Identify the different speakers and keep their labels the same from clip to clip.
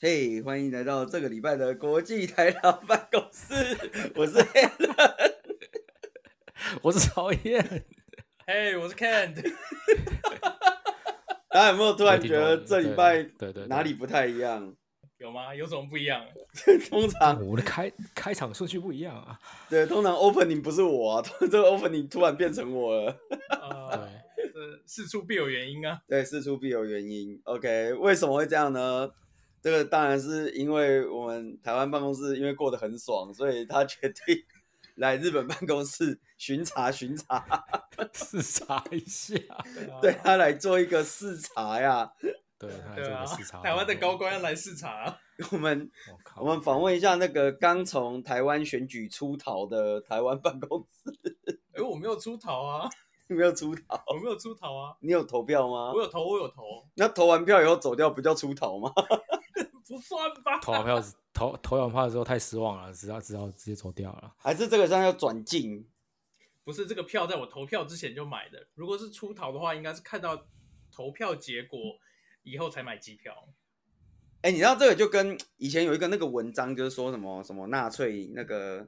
Speaker 1: 嘿欢迎来到这个礼拜的国际台劳办公室，我是 Alan。
Speaker 2: 我是曹燕，
Speaker 3: 嘿我是 Ken，
Speaker 1: 大家有没有突
Speaker 2: 突
Speaker 1: 然觉得这礼拜
Speaker 2: 对对对
Speaker 1: 哪里不太一样？
Speaker 3: 有吗？有什么不一样？
Speaker 1: 通
Speaker 2: 啊？
Speaker 1: 常
Speaker 2: 我的开开场顺序不一样啊。
Speaker 1: 对，通常 opening 不是我、啊，这个 opening 突然变成我了。
Speaker 3: 呃，
Speaker 2: 对，
Speaker 3: 这事出必有原因啊。
Speaker 1: 对，事出必有原因。OK，为什么会这样呢？这个当然是因为我们台湾办公室因为过得很爽，所以他决定 来日本办公室巡查巡查，
Speaker 2: 视察一下。
Speaker 1: 对啊
Speaker 3: 啊
Speaker 1: 他来做一个视察呀。
Speaker 2: 对，
Speaker 1: 哎
Speaker 2: 他
Speaker 3: 对
Speaker 2: 这
Speaker 3: 啊
Speaker 2: 个视察，，
Speaker 3: 台湾的高官要来视察啊、
Speaker 1: 我们
Speaker 2: 我靠，
Speaker 1: 我们访问一下那个刚从台湾选举出逃的台湾办公室，
Speaker 3: 哎、我没有出逃啊，
Speaker 1: 有没有出逃？
Speaker 3: 我没有出逃啊，
Speaker 1: 你有投票吗
Speaker 3: 我？有投，我有投，
Speaker 1: 那投完票以后走掉不叫出逃吗？
Speaker 3: 不算吧？
Speaker 2: 投完票之投投完票之后太失望了，只好只好直接走掉了。
Speaker 1: 还是这个算叫转进？
Speaker 3: 不是这个票在我投票之前就买的，如果是出逃的话，应该是看到投票结果以后才买机票。
Speaker 1: 哎、你知道这个就跟以前有一个那个文章，就是说什么什么纳粹那个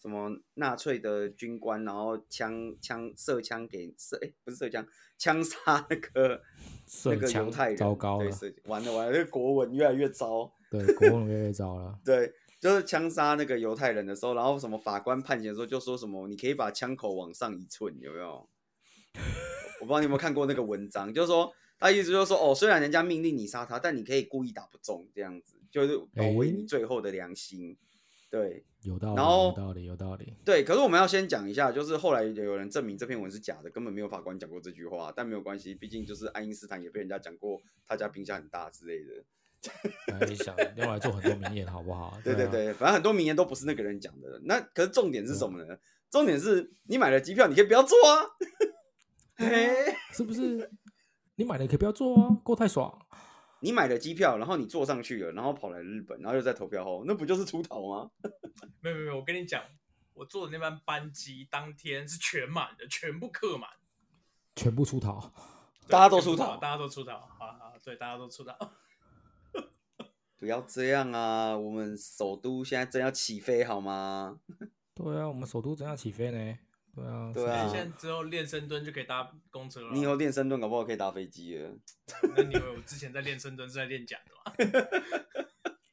Speaker 1: 什么纳粹的军官，然后枪枪射枪给射，哎、不是射枪，枪杀那个那
Speaker 2: 射
Speaker 1: 个犹
Speaker 2: 枪
Speaker 1: 太人，
Speaker 2: 糟糕
Speaker 1: 对，
Speaker 2: 了，
Speaker 1: 射完了完了，这个国文越来越糟。
Speaker 2: 对，国文越来越糟了。
Speaker 1: 对，就是枪杀那个犹太人的时候，然后什么法官判刑的时候就说什么，你可以把枪口往上一寸，有没有？我不知道你有没有看过那个文章，就是说他意思就是说，哦，虽然人家命令你杀他，但你可以故意打不中，这样子就是保卫你
Speaker 2: 诶
Speaker 1: 最后的良心。对
Speaker 2: 有道理，
Speaker 1: 然后
Speaker 2: 有道理，有道理。
Speaker 1: 对，可是我们要先讲一下，就是后来有人证明这篇文是假的，根本没有法官讲过这句话，但没有关系，毕竟就是爱因斯坦也被人家讲过他家冰箱很大之类的。
Speaker 2: 来你想用来做很多名言，好不好？
Speaker 1: 对对
Speaker 2: 啊，
Speaker 1: 对，反正很多名言都不是那个人讲的。那可是重点是什么
Speaker 2: 嗯
Speaker 1: 呢？重点是你买了机票，你可以不要坐 啊。嘿，
Speaker 2: 是不是？你买了也可以不要做啊，够太爽。
Speaker 1: 你买了机票，然后你坐上去了，然后跑来日本，然后又在投票后，那不就是出逃吗？
Speaker 3: 没有没有没有，我跟你讲，我坐的那班班机当天是全满的，全部客满。
Speaker 2: 全部出逃，
Speaker 3: 对
Speaker 1: 大家都
Speaker 3: 全
Speaker 1: 出
Speaker 3: 部
Speaker 1: 逃
Speaker 3: 大家都出逃啊！好对，大家都出逃。
Speaker 1: 不要这样啊！我们首都现在正要起飞，好吗？
Speaker 2: 对啊，我们首都怎样起飞呢？对啊，
Speaker 1: 对啊
Speaker 2: 是不
Speaker 3: 现
Speaker 2: 是
Speaker 3: 在之后练深蹲就可以搭公车了。啊
Speaker 1: 你以
Speaker 2: 嗯
Speaker 1: 后练深蹲，搞不好可以搭飞机了。
Speaker 3: 那你以为我之前在练深蹲是在练假的吗？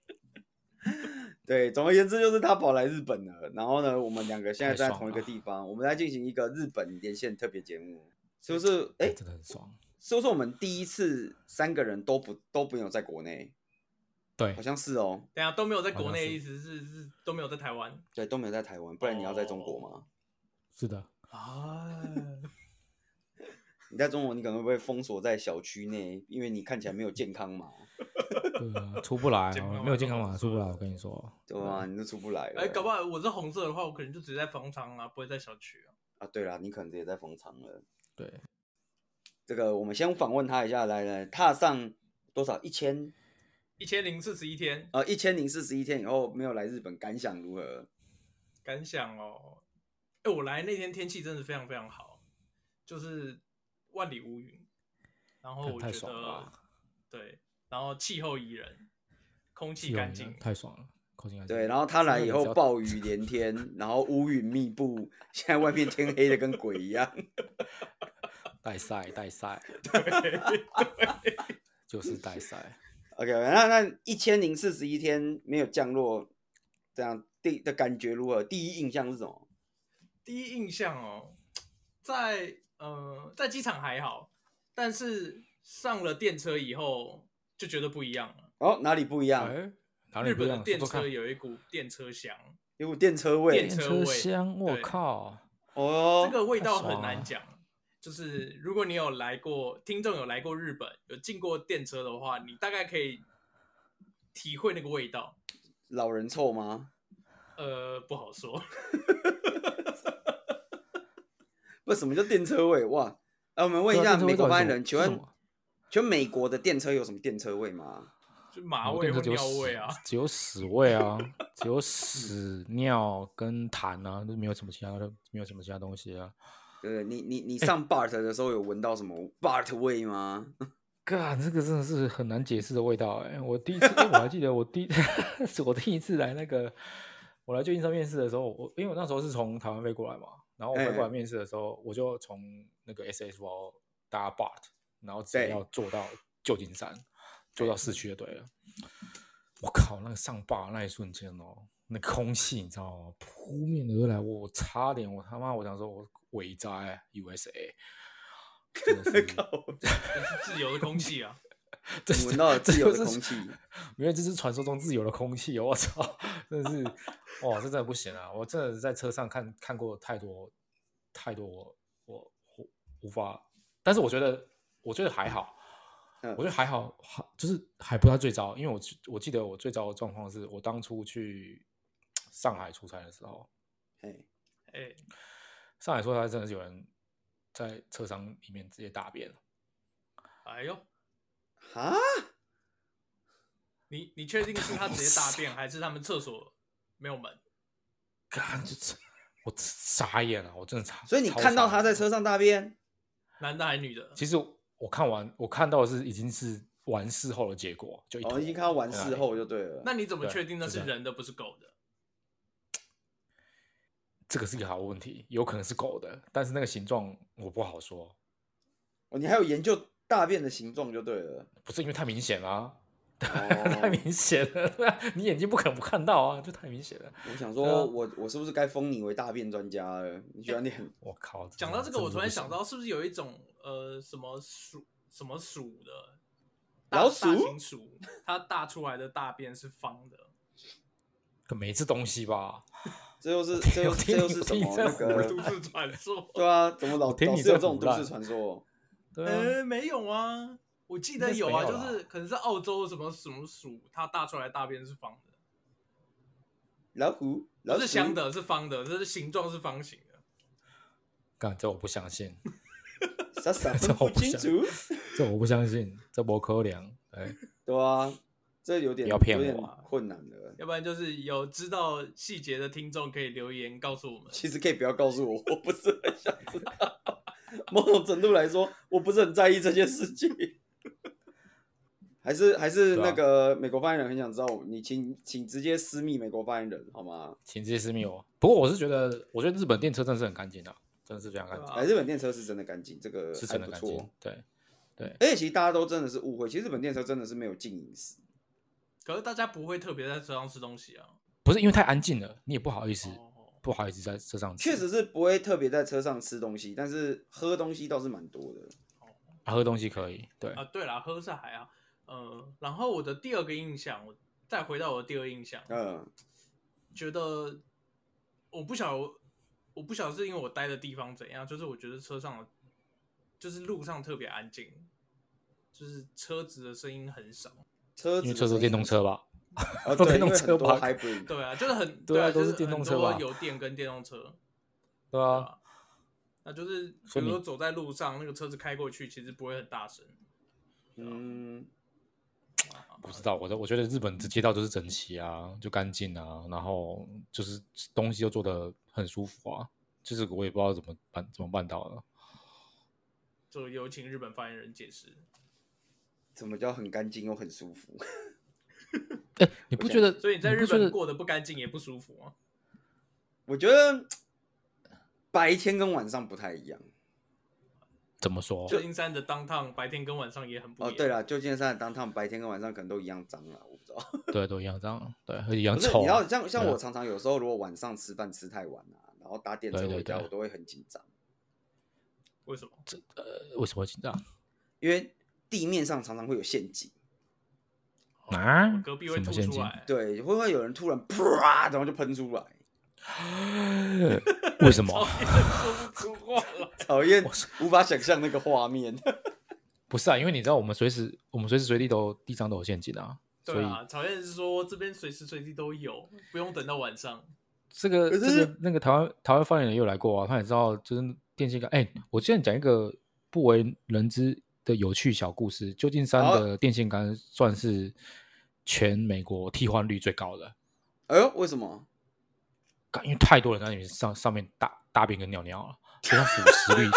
Speaker 1: 对，总而言之就是他跑来日本了。然后呢，我们两个现在
Speaker 2: 太
Speaker 1: 在
Speaker 2: 爽
Speaker 1: 同一个
Speaker 2: 了
Speaker 1: 地方，我们来进行一个日本连线特别节目，是不是？哎、
Speaker 2: 真的很爽。
Speaker 1: 是不是我们第一次三个人都不都没有在国内？
Speaker 2: 对
Speaker 1: 好，像是哦，
Speaker 3: 等一下都没有在国
Speaker 2: 好像
Speaker 3: 内，
Speaker 2: 是
Speaker 3: 意思是是都没有在台湾
Speaker 1: 对，都没有在台湾，不然你要在中国
Speaker 3: 哦
Speaker 1: 吗？
Speaker 2: 是的，
Speaker 3: 啊。
Speaker 1: 你在中国，你可能会被封锁在小区内，因为你看起来没有健康码，
Speaker 2: 对啊，出不 来
Speaker 3: 健康码
Speaker 2: 哦，没有健康
Speaker 3: 都
Speaker 2: 码
Speaker 3: 不
Speaker 2: 出不来，
Speaker 3: 出
Speaker 2: 我跟你说。
Speaker 1: 对吧？你都出不来了。
Speaker 3: 哎、搞不好我是红色的话，我可能就直接在方舱啊，不会在小区啊。
Speaker 1: 啊，对啦，你可能直接在封场了。
Speaker 2: 对，
Speaker 1: 这个我们先访问他一下，来来，踏上多少一千
Speaker 3: 一千零四十一天
Speaker 1: 呃一千零四十一天以后没有来日本，感想如何？
Speaker 3: 感想哦，哎、我来那天天气真的非常非常好，就是万里无云，然后
Speaker 2: 干
Speaker 3: 我
Speaker 2: 太
Speaker 3: 觉
Speaker 2: 爽了
Speaker 3: 得
Speaker 2: 吧
Speaker 3: 对，然后气候宜人，空气
Speaker 2: 气
Speaker 3: 干
Speaker 2: 干
Speaker 3: 净，
Speaker 2: 太爽了，口气干净。
Speaker 1: 对，然后他来以
Speaker 2: 真的你
Speaker 1: 后
Speaker 2: 只要
Speaker 1: 暴雨连天，然后乌云密布，现在外面天黑的跟鬼一样。
Speaker 2: 啊带赛带 赛， 就是带赛。
Speaker 1: OK，那那一千零四十一天没有降落，这样第的感觉如何？第一印象是什么？
Speaker 3: 第一印象哦，在呃在机场还好，但是上了电车以后就觉得不一样了。
Speaker 1: 哦，哪里不一样？
Speaker 2: 哎，哪里
Speaker 3: 日
Speaker 2: 不一
Speaker 3: 本的
Speaker 2: 样？
Speaker 3: 电
Speaker 2: 说说
Speaker 3: 车
Speaker 2: 看
Speaker 3: 有一股电车香，
Speaker 1: 有股电车
Speaker 3: 电
Speaker 1: 位
Speaker 2: 电
Speaker 3: 车
Speaker 2: 车
Speaker 3: 位
Speaker 2: 厢，我
Speaker 3: 对
Speaker 2: 靠，
Speaker 1: 哦
Speaker 3: 这。个味道
Speaker 2: 太爽
Speaker 3: 很难
Speaker 2: 了
Speaker 3: 讲。就是如果你有来过，听众有来过日本，有进过电车的话，你大概可以体会那个味道。
Speaker 1: 老人臭吗？
Speaker 3: 呃，不好说，
Speaker 1: 不，什么叫电车位？哇！哎、我们问一
Speaker 2: 对啊
Speaker 1: 下
Speaker 2: 电
Speaker 1: 美
Speaker 2: 车位
Speaker 1: 国
Speaker 2: 到
Speaker 1: 发
Speaker 2: 底是
Speaker 1: 言
Speaker 2: 什
Speaker 1: 人，
Speaker 2: 么
Speaker 1: 请
Speaker 2: 是
Speaker 1: 问
Speaker 2: 什么
Speaker 1: 请问美国的电车有什么电车位吗？
Speaker 3: 就马
Speaker 2: 我
Speaker 3: 味
Speaker 2: 电
Speaker 3: 或
Speaker 2: 车只有
Speaker 3: 尿味
Speaker 2: 屎
Speaker 3: 啊。，
Speaker 2: 只有屎味啊，只有屎尿跟痰啊，就没有什么其他的，没有什么其他东西啊。
Speaker 1: 对不对？你你你上 BART 的时候有闻到什么 BART 味吗？
Speaker 2: 干，这个真的是很难解释的味道哎、我第一次，因为我还记得我第是我第一次来那个，我来旧金山面试的时候，我因为我那时候是从台湾飞过来嘛，然后我飞过来
Speaker 1: 嗯
Speaker 2: 面试的时候，我就从那个 SSO 搭 BART，然后直接
Speaker 1: 对
Speaker 2: 要坐到旧金山，坐到市区就对了。我靠，那个上坝那一瞬间哦，那空气你知道吗？扑面而来，我差点我他妈我想说我伟哉 USA，真的是。
Speaker 1: 靠，
Speaker 3: 就是自由的空气啊，
Speaker 2: 这
Speaker 1: 你闻到了自由的空，
Speaker 2: 这这就
Speaker 1: 气
Speaker 2: 是因为这是传说中自由的空气哦。我操， 真的是，哇，这真的不行啊！我真的是在车上看看过太多太多我，我我无法。但是我觉得，我觉得还好，
Speaker 1: 嗯
Speaker 2: 我觉得还好，还就是还不到最糟。因为我记我记得我最糟的状况是我当初去上海出差的时候，
Speaker 1: 嘿，
Speaker 3: 哎、
Speaker 2: 上海出差真的是有人在车厢里面直接大便了。
Speaker 3: 哎呦，
Speaker 1: 哈，
Speaker 3: 你你确定是他直接大便，还是他们厕所没有门？
Speaker 2: 干，这这我傻眼了，我真的傻。
Speaker 1: 所以你
Speaker 2: 超
Speaker 1: 看到
Speaker 2: 傻
Speaker 1: 他在
Speaker 2: 眼
Speaker 1: 车上大便，
Speaker 3: 男的还是女的？
Speaker 2: 其实我看完，我看到的是已经是完事后的结果，就一坨啊
Speaker 1: 哦，已经看到完
Speaker 2: 在那
Speaker 1: 事
Speaker 2: 里
Speaker 1: 后就对了。
Speaker 3: 那你怎么
Speaker 2: 对
Speaker 3: 确定那
Speaker 2: 就是这样
Speaker 3: 人的，不是狗的？
Speaker 2: 这个是一个好问题，有可能是狗的，但是那个形状我不好说，
Speaker 1: 哦你还有研究大便的形状就对了。
Speaker 2: 不是因为太明显了啊、 太
Speaker 1: 哦，
Speaker 2: 明显了， 你眼睛不可能不看到啊，就太明显了。
Speaker 1: 我想
Speaker 2: 对啊哎
Speaker 1: 说，我我是不是该封你为大便专家了？你居然你很
Speaker 2: 我靠！真的
Speaker 3: 讲到这个，
Speaker 2: 真的
Speaker 3: 我
Speaker 2: 是
Speaker 3: 突然
Speaker 2: 嗯不
Speaker 3: 想
Speaker 2: 行，
Speaker 3: 到，是不是有一种呃什么鼠什么鼠的大
Speaker 1: 老鼠
Speaker 3: 大型鼠，它大出来的大便是方的，
Speaker 2: 可没这东西吧？
Speaker 1: 这又是这又
Speaker 2: 我
Speaker 1: 这
Speaker 2: 听
Speaker 1: 又
Speaker 2: 你
Speaker 1: 是
Speaker 2: 我
Speaker 1: 什
Speaker 2: 听你
Speaker 1: 么
Speaker 2: 在
Speaker 1: 那
Speaker 2: 胡乱
Speaker 1: 个
Speaker 3: 都？市传说。
Speaker 1: 对啊，怎么老
Speaker 2: 我听
Speaker 1: 老
Speaker 2: 你
Speaker 1: 是有
Speaker 2: 在
Speaker 1: 这种
Speaker 2: 胡
Speaker 1: 都市
Speaker 2: 乱
Speaker 1: 传说？
Speaker 2: 对
Speaker 1: 嗯
Speaker 2: 啊，
Speaker 3: 呃，没有啊，我记
Speaker 2: 应
Speaker 3: 得
Speaker 2: 该是
Speaker 3: 有啊，
Speaker 2: 没有
Speaker 3: 就
Speaker 2: 啦
Speaker 3: 是可能是澳洲什么什么鼠，它大出来的大便是方的，
Speaker 1: 老虎，老
Speaker 3: 不
Speaker 1: 鼠
Speaker 3: 是香，的，是方的，这是形状是方形的。
Speaker 2: 干这我不相信，
Speaker 1: 傻 傻
Speaker 2: 这
Speaker 1: 分不
Speaker 2: 我不
Speaker 1: 清
Speaker 2: 想
Speaker 1: 楚。
Speaker 2: 这我不相信，这不可能。哎，
Speaker 1: 对啊，这有点
Speaker 2: 不要骗
Speaker 1: 有点
Speaker 2: 我啊
Speaker 1: 困难的。
Speaker 3: 要不然就是有知道细节的听众可以留言告诉我们。
Speaker 1: 其实可以不要告诉我，我不是很想知道。某种程度来说，我不是很在意这件事情。还是还是
Speaker 2: 对啊
Speaker 1: 那个美国发言人很想知道，你请请直接私密美国发言人好吗？
Speaker 2: 请直接私密我。不过我是觉得，我觉得日本电车真的是很干净的、真的是非常干
Speaker 3: 对
Speaker 2: 净，
Speaker 3: 啊
Speaker 1: 哎，日本电车是真的干净，这个
Speaker 2: 是
Speaker 1: 啊还
Speaker 2: 真的
Speaker 1: 不
Speaker 2: 干
Speaker 1: 错
Speaker 2: 净。。对，
Speaker 1: 而且其实大家都真的是误会，其实日本电车真的是没有禁饮食。
Speaker 3: 可是大家不会特别在车上吃东西啊。
Speaker 2: 不是因为太安静了，你也不好意思，
Speaker 3: 哦，
Speaker 2: 不好意思在车上吃
Speaker 1: 确实是不会特别在车上吃东西，但是喝东西倒是蛮多的。
Speaker 2: 啊喝东西可以，对，
Speaker 3: 啊，对啦，喝是还啊，呃，然后我的第二个印象，我再回到我的第二印象，
Speaker 2: 啊
Speaker 1: 嗯，
Speaker 3: 觉得我不晓得，我不晓得是因为我待的地方怎样，就是我觉得车上的就是路上特别安静，就是车子的声音很少。
Speaker 1: 车子
Speaker 2: 因为车都
Speaker 1: 是
Speaker 2: 电动，车吧，
Speaker 1: 哦，
Speaker 2: 都
Speaker 1: 对，因
Speaker 2: 电动
Speaker 1: 为
Speaker 2: 车
Speaker 1: 很多
Speaker 2: 吧
Speaker 1: hybrid，
Speaker 3: 对啊，就是很
Speaker 2: 对啊
Speaker 3: 啊，就
Speaker 2: 都是
Speaker 3: 是
Speaker 2: 电动车
Speaker 3: 很多
Speaker 2: 吧
Speaker 3: 油电跟电动车，
Speaker 2: 对
Speaker 3: 对
Speaker 2: 啊，
Speaker 3: 啊，那就是比
Speaker 2: 所以你
Speaker 3: 如说走在路上，那个车子开过去，其实不会很大声。
Speaker 1: 嗯，
Speaker 2: 不知道，我的我觉得日本的街道就是整齐啊，就干净啊，然后就是东西都做的很舒服啊，就是我也不知道怎么办怎么办到的，
Speaker 3: 就有请日本发言人解释。
Speaker 1: 怎么叫很干净又很舒服？
Speaker 2: 哎，你不觉得？
Speaker 3: 所以你在日
Speaker 2: 不觉
Speaker 3: 本
Speaker 2: 得
Speaker 3: 过得不干净也不舒服啊？
Speaker 1: 我觉得白天跟晚上不太一样。
Speaker 2: 怎么说？
Speaker 3: 旧金山的当趟白天跟晚上也很不一
Speaker 1: 哦，
Speaker 3: 样。
Speaker 1: 对，了，旧金山的当趟白天跟晚上可能都一样脏啊了，我不知道。
Speaker 2: 对，都一样这样，对，而且一样
Speaker 1: 不是，
Speaker 2: 臭
Speaker 1: 你知
Speaker 2: 啊、
Speaker 1: 道，像像
Speaker 2: 对啊
Speaker 1: 我常常有时候如果晚上吃饭吃太晚啊，然后搭电车
Speaker 2: 对对
Speaker 1: 回家，
Speaker 2: 对
Speaker 1: 我都会很紧张，
Speaker 3: 为什么？
Speaker 2: 呃，为什么会紧张
Speaker 1: 因为地面上常常会有陷阱，
Speaker 3: 哦
Speaker 2: 啊
Speaker 3: 我隔壁会
Speaker 2: 什么
Speaker 3: 吐
Speaker 2: 陷
Speaker 3: 出
Speaker 2: 阱
Speaker 3: 来，
Speaker 1: 对，会不会有人突然啪，然后就喷出来？
Speaker 2: 为 什
Speaker 3: 讨
Speaker 2: 么？
Speaker 3: 厌说不出话 来。
Speaker 1: 讨厌，无法想象那个画面。
Speaker 2: 不是啊，因为你知道我们随时我们随时随地都地上都有陷阱啊，所
Speaker 3: 对
Speaker 2: 以
Speaker 3: 啊，讨厌是说这边随时随地都有，不用等到晚上。
Speaker 2: 这个
Speaker 1: 可
Speaker 2: 这
Speaker 1: 是
Speaker 2: 个那个台湾台湾发言人也有来过啊，他也知道就是电线杆。哎、我之前讲一个不为人知的有趣小故事，旧金山
Speaker 1: 好
Speaker 3: 啊
Speaker 2: 的电线杆算是全美国替换率最高的，
Speaker 1: 哎呦，为什么？
Speaker 2: 干因为太多人在里面上上面大大便跟尿尿了， 所以它腐蚀率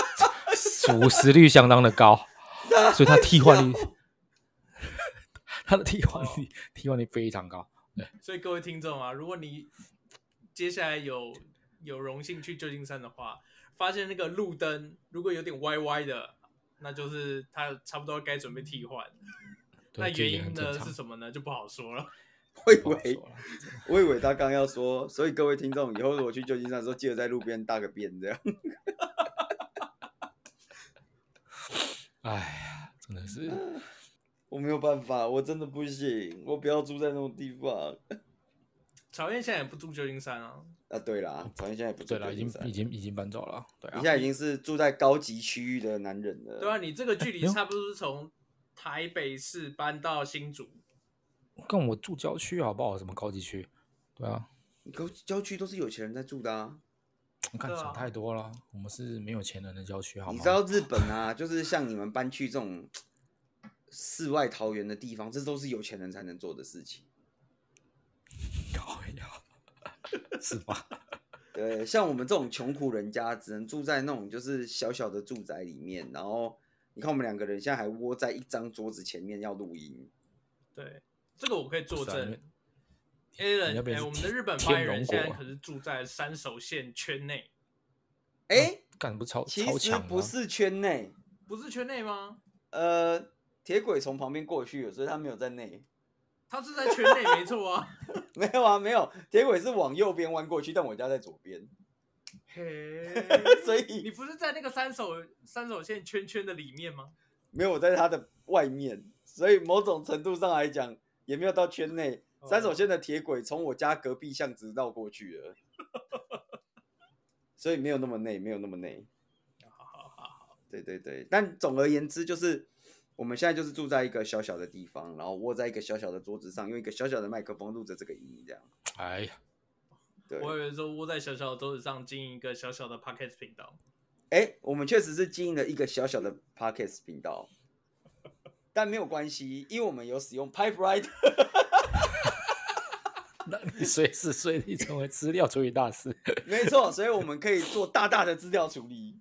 Speaker 2: 腐蚀率相当的高，所以它替换率它的替换率替换率非常高。
Speaker 3: 所以各位听众啊，如果你接下来有有荣幸去旧金山的话，发现那个路灯如果有点歪歪的，那就是它差不多该准备替换。
Speaker 2: 对
Speaker 3: 那
Speaker 2: 这
Speaker 3: 原
Speaker 2: 也
Speaker 3: 因
Speaker 2: 很正
Speaker 3: 呢
Speaker 2: 常
Speaker 3: 是。什么呢？就不好说了。
Speaker 1: 我以
Speaker 2: 不好
Speaker 1: 为
Speaker 2: 说了
Speaker 1: 我以为他刚要说，所以各位听众，以后如果去旧金山的时候，记得在路边大个便，这样
Speaker 2: 哎呀，真的是，
Speaker 1: 我没有办法，我真的不行，我不要住在那种地方。
Speaker 3: 曹燕现在也不住旧金山啊，
Speaker 1: 啊，对啦，曹燕现在也不住
Speaker 2: 对
Speaker 1: 旧
Speaker 2: 了，已
Speaker 1: 金
Speaker 2: 经
Speaker 1: 山，
Speaker 2: 已经已经搬走了，对
Speaker 1: 你
Speaker 2: 啊
Speaker 1: 现，在已经是住在高级区域的男人了。
Speaker 3: 对啊，你这个距
Speaker 2: 呃没
Speaker 3: 离
Speaker 2: 有
Speaker 3: 差不多是从台北市搬到新竹，
Speaker 2: 跟我住郊区好不好？什么高级区？对啊，
Speaker 1: 高郊区都是有钱人在住的啊。
Speaker 2: 你看
Speaker 3: 对
Speaker 2: 想
Speaker 3: 啊
Speaker 2: 太多了，我们是没有钱人的郊区，好吗？
Speaker 1: 你知道日本啊，就是像你们搬去这种世外桃源的地方，这都是有钱人才能做的事情。
Speaker 2: 高呀， 是吧？
Speaker 1: 对，像我们这种穷苦人家，只能住在那种就是小小的住宅里面，然后你看我们两个人现在还窝在一张桌子前面要录音，
Speaker 3: 对，这个我可以作
Speaker 2: 不是啊因
Speaker 3: 证
Speaker 2: 为。你
Speaker 3: Alan，
Speaker 2: 那边
Speaker 3: 哎、
Speaker 2: 是
Speaker 3: 我们的
Speaker 2: 天
Speaker 3: 日本发言
Speaker 2: 天龙
Speaker 3: 人现在
Speaker 2: 国啊
Speaker 3: 可是住在三手线圈内，
Speaker 1: 哎、
Speaker 2: 干不超
Speaker 1: 其
Speaker 2: 嗯
Speaker 1: 实
Speaker 2: 超强啊吗
Speaker 1: 不是圈内，
Speaker 3: 不是圈内吗？
Speaker 1: 呃，铁轨从旁边过去了，所以他没有在内。
Speaker 3: 他是在圈内没 错啊。
Speaker 1: 没有啊，没有，铁轨是往右边弯过去，但我家在左边，
Speaker 3: 嘿，
Speaker 1: 所
Speaker 3: 你
Speaker 1: 以
Speaker 3: 不是在那个三手三手线圈圈的里面吗？
Speaker 1: 没有我在它的外面，所以某种程度上来讲，也没有到圈内。
Speaker 3: 哦
Speaker 1: 三手线的铁轨从我家隔壁巷子绕过去了， 所以没有那么内，没有那么内。
Speaker 3: 好好好，
Speaker 1: 对对对，但总而言之，就是我们现在就是住在一个小小的地方，然后窝在一个小小的桌子上，用一个小小的麦克风录着这个音，这样。
Speaker 2: 哎呀，
Speaker 1: 对，
Speaker 3: 我以为说窝在小小的桌子上经营一个小小的 podcast 频道。
Speaker 1: 哎、我们确实是经营了一个小小的 podcast 频 道，但没有关系，因为我们有使用 Pipewriter。
Speaker 2: 那你随时随地成为资料处理 大师。
Speaker 1: 没错，所以我们可以做大大的资料处理。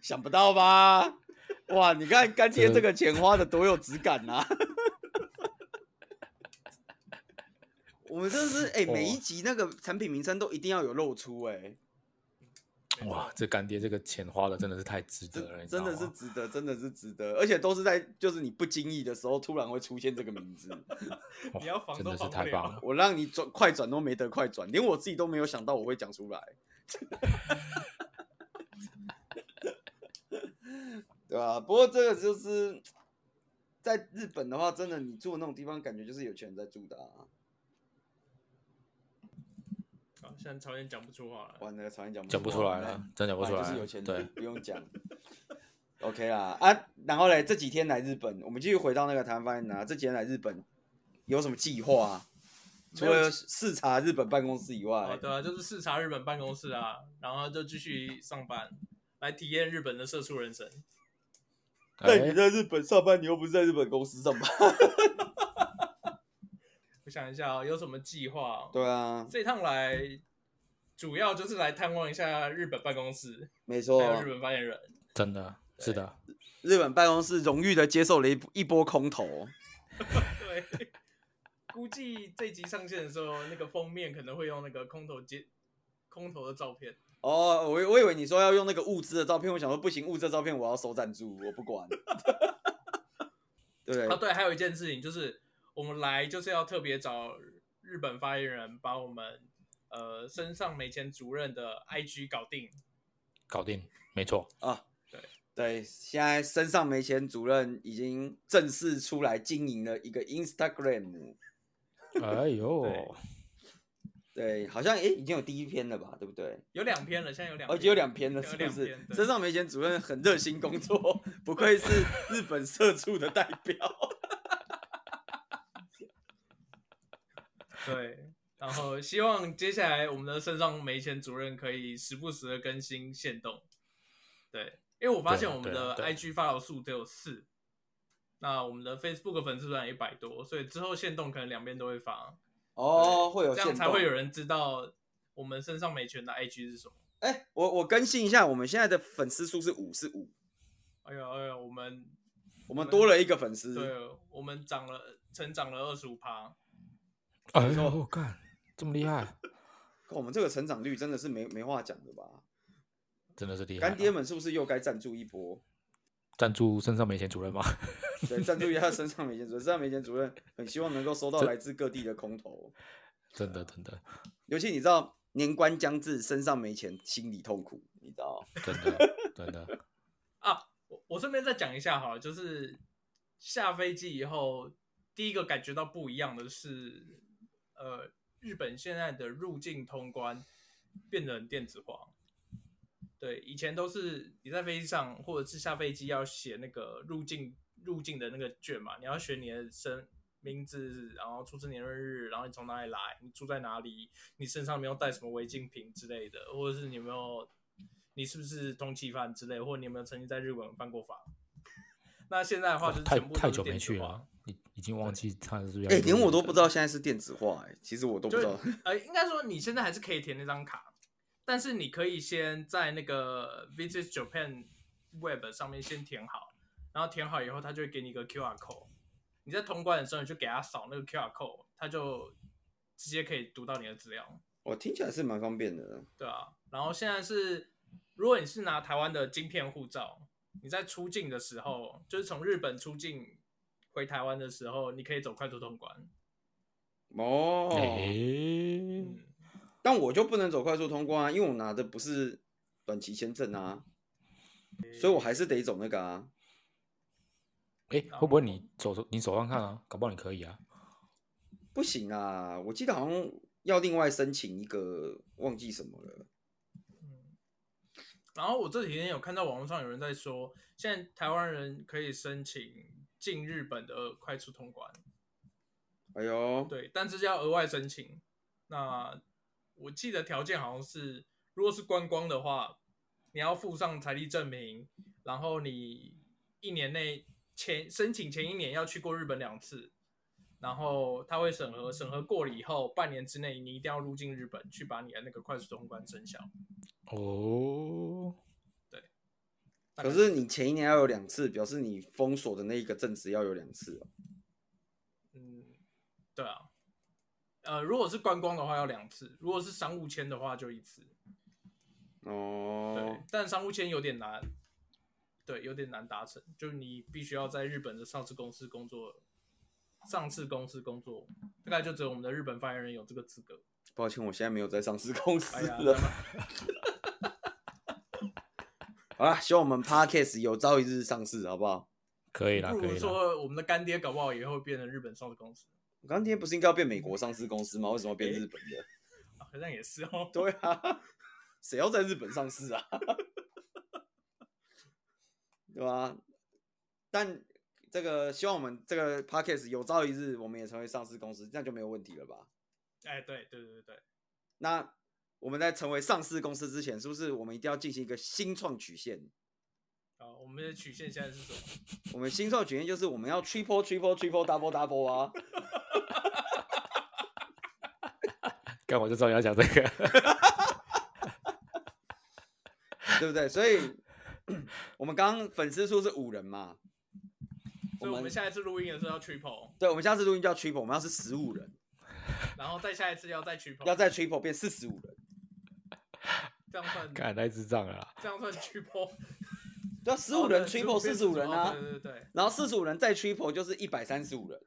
Speaker 1: 想不到吧？哇，你看干爹这个钱花的多有质感呐、啊！ 我们真的是哎、
Speaker 2: 哇
Speaker 1: 每一集那个产品名称都一定要有露出哎、
Speaker 3: 没错
Speaker 2: 哇，，这干爹这个钱花的真的是太值得
Speaker 1: 真
Speaker 2: 了，你知
Speaker 1: 真
Speaker 2: 道吗
Speaker 1: 的是值得，真的是值得，而且都是在就是你不经意的时候突然会出现这个名字，
Speaker 2: 哇
Speaker 3: 你要防
Speaker 2: 真
Speaker 3: 都
Speaker 2: 的是
Speaker 3: 防不
Speaker 2: 太
Speaker 3: 了
Speaker 2: 棒了。
Speaker 1: 我让你转快转都没得快转，连我自己都没有想到我会讲出来，对吧、不过这个就是在日本的话，真的你住的那种地方，感觉就是有钱人在住的啊。
Speaker 3: 好，现在曹燕讲不出话来。
Speaker 1: 完了，常言讲
Speaker 2: 讲不出来
Speaker 1: 了
Speaker 2: 了，，真讲不
Speaker 1: 本
Speaker 2: 出
Speaker 1: 来哎
Speaker 2: 来。
Speaker 1: 就是有钱
Speaker 2: 对
Speaker 1: 人，， 不用讲。OK 啦啊，然后嘞，这几天来日本，我们继续回到那个台湾发言人啊，这几天来日本有什么计划、啊？除
Speaker 3: 没有
Speaker 1: 了视察日本办公室以
Speaker 3: 哦，
Speaker 1: 外，
Speaker 3: 对啊，就是视察日本办公室啊，然后就继续上班，来体验日本的社畜人生。
Speaker 1: 但
Speaker 2: 哎
Speaker 1: 你在日本上班，你又不是在日本公司上班。
Speaker 3: 我想一下、哦，有什么计划哦、
Speaker 1: 对啊，
Speaker 3: 这趟来主要就是来探望一下日本办公室，
Speaker 1: 没
Speaker 3: 还
Speaker 1: 错，
Speaker 3: 有日本发言人。
Speaker 2: 真的是的，
Speaker 1: 日本办公室荣誉的接受了一一波空投。
Speaker 3: 对，估计这集上线的时候，那个封面可能会用那个空投接空投的照片。
Speaker 1: 哦，我以我以为你说要用那个物资的照片，我想说不行，物资的照片我要收赞助，我不管。 对
Speaker 3: 啊，对，还有一件事情就是，我们来就是要特别找日本发言人把我们呃身上没钱主任的 IG 搞定。
Speaker 2: 搞定，没 错。
Speaker 1: 啊，
Speaker 3: 对
Speaker 1: 对，现在身上没钱，主任已经正式出来经营了一个 Instagram。
Speaker 2: 哎呦，
Speaker 3: 对
Speaker 1: 对，好像诶、已经有第一篇了吧，对不对？
Speaker 3: 有两篇了，现在有两篇，
Speaker 1: 而且哦有两篇了，是
Speaker 3: 有
Speaker 1: 不
Speaker 3: 两
Speaker 1: 是
Speaker 3: 篇？对
Speaker 1: 身上没钱，主任很热心工作，不愧是日本社畜的代 表。
Speaker 3: 对。然后希望接下来我们的身上没钱主任可以时不时的更新限动。对，因为我发现我
Speaker 2: 对
Speaker 3: 们
Speaker 2: 啊
Speaker 3: 的
Speaker 2: 对啊对
Speaker 3: IG 发牢数只有四，那我们的 Facebook 粉丝团一百多，所以之后限动可能两边都会发，
Speaker 1: 哦，会有
Speaker 3: 这样
Speaker 1: 限
Speaker 3: 才会
Speaker 1: 动
Speaker 3: 有人知道我们身上没钱的 IG 是什么。
Speaker 1: 哎、我我更新一下，我们现在的粉丝数是五，是五。
Speaker 3: 哎呀哎呀，我们
Speaker 1: 我们多了一个粉丝，
Speaker 3: 对啊我们涨了，成长了二十五趴，
Speaker 2: 哎呦，干这么厉害，
Speaker 1: 靠我们这个成长率真的是没没话讲的吧？
Speaker 2: 真的是厉害啊。
Speaker 1: 干爹们是不是又该赞助一波？
Speaker 2: 赞助身上没钱主任吗？
Speaker 1: 对，赞助一下身上美检主任，身上美检主任很希望能够收到来自各地的空投，
Speaker 2: 真的真的
Speaker 1: 尤其你知道年关将至，身上没钱，心里痛苦，你知道？
Speaker 2: 真 的真的，
Speaker 3: 啊，我我顺便再讲一下哈，就是下飞机以后，第一个感觉到不一样的是，呃，日本现在的入境通关变得很电子化。对，以前都是你在飞机上或者是下飞机要写那个入境入境的那个卷嘛，你要写你的身名字，然后出生年月日，然后你从哪里来，你住在哪里，你身上有没有带什么违禁品之类的，或者是你有没有，你是不是通缉犯之类，或者你有没有曾经在日本犯过法？ 那现在的话
Speaker 2: 哇
Speaker 3: 就是
Speaker 2: 哦太
Speaker 3: 全部都
Speaker 2: 太
Speaker 3: 是
Speaker 2: 久没
Speaker 3: 电子
Speaker 2: 去
Speaker 3: 化
Speaker 2: 了，已已经忘记他是不是。
Speaker 1: 哎、连我都不知道现在是电子化、哎，其实我都不
Speaker 3: 就
Speaker 1: 知道。
Speaker 3: 呃，应该说你现在还是可以填那张卡，但是你可以先在那个 Visit Japan Web 上面先填好，然后填好以后，他就会给你一个 QR code。你在通关的时候，你就给他扫那个 QR code，他就直接可以读到你的资料，
Speaker 1: 我哦听起来是蛮方便的，
Speaker 3: 对啊。然后现在是，如果你是拿台湾的晶片护照，你在出境的时候，就是从日本出境回台湾的时候，你可以走快速通关。
Speaker 1: 哦。
Speaker 2: 哎，
Speaker 3: 嗯，
Speaker 1: 但我就不能走快速通关啊，因为我拿的不是短期签证啊，所以我还是得走那个啊。
Speaker 2: 哎，
Speaker 3: 然
Speaker 2: 会不会
Speaker 3: 后
Speaker 2: 你手手你手上看啊？搞不好你可以啊。
Speaker 1: 不行啊，我记得好像要另外申请一个，忘记什么了。
Speaker 3: 然后我这几天有看到网络上有人在说，现在台湾人可以申请进日本的快速通关，
Speaker 1: 哎呦，
Speaker 3: 对，但是要额外申请。那我记得条件好像是，如果是观光的话，你要附上财力证明，然后你一年内前申请前一年要去过日本两次，然后他会审核，审核过了以后，半年之内你一定要入境日本去把你的那个快速通关生效。
Speaker 2: 哦，
Speaker 3: 大概
Speaker 1: 可是你前一年要有两次，表示你封锁的那一个正职要有两次、哦。
Speaker 3: 嗯，对啊，呃，如果是观光的话要两次，如果是商务签的话就一次。对，
Speaker 1: 哦，
Speaker 3: 但商务签有点难，对，有点难达成，就是你必须要在日本的上市公司工作，上市公司工作，大概就只有我们的日本发言人有这个资格。
Speaker 1: 抱歉，我现在没有在上市公司
Speaker 3: 哎呀，
Speaker 1: 了。 好啦，希望我们 podcast 有朝一日上市，好不好？
Speaker 2: 可以啦，
Speaker 3: 不
Speaker 2: 可
Speaker 3: 如
Speaker 2: 以啦。
Speaker 3: 说我们的干爹搞不好也会变成日本上市公司，
Speaker 1: 我刚刚今天不是应该要变美国上市公司吗？为什么要变
Speaker 3: 诶
Speaker 1: 日本的？
Speaker 3: 啊好像也是哦。
Speaker 1: 对啊，谁要在日本上市啊？ 对吧、但这个希望我们这个 podcast 有朝一日我们也成为上市公司，这样就没有问题了吧？
Speaker 3: 哎，对对对对，
Speaker 1: 那我们在成为上市公司之前，是不是我们一定要进行一个新创曲线？
Speaker 3: 啊，我们的曲线现在是什么？
Speaker 1: 我们新创曲线就是我们要 triple triple triple double double 啊！
Speaker 2: 干我就知道你要讲这个。
Speaker 1: 对不对？所以 我们刚刚粉丝数是五人嘛，
Speaker 3: 所以我们下一次录音的时候要 triple，
Speaker 1: 对，我们下次录音就要 triple，我们要是十五人，
Speaker 3: 然后再下一次要再 triple，
Speaker 1: 要再 triple 变四十五人，
Speaker 3: 这样算
Speaker 2: 干太智障了啦。
Speaker 3: 这样算 triple，
Speaker 1: 对啊，十五人
Speaker 3: 哦对
Speaker 1: triple 四十五人啊，
Speaker 3: 哦对对对，
Speaker 1: 然后四十五人再 triple 就是一百三十五人，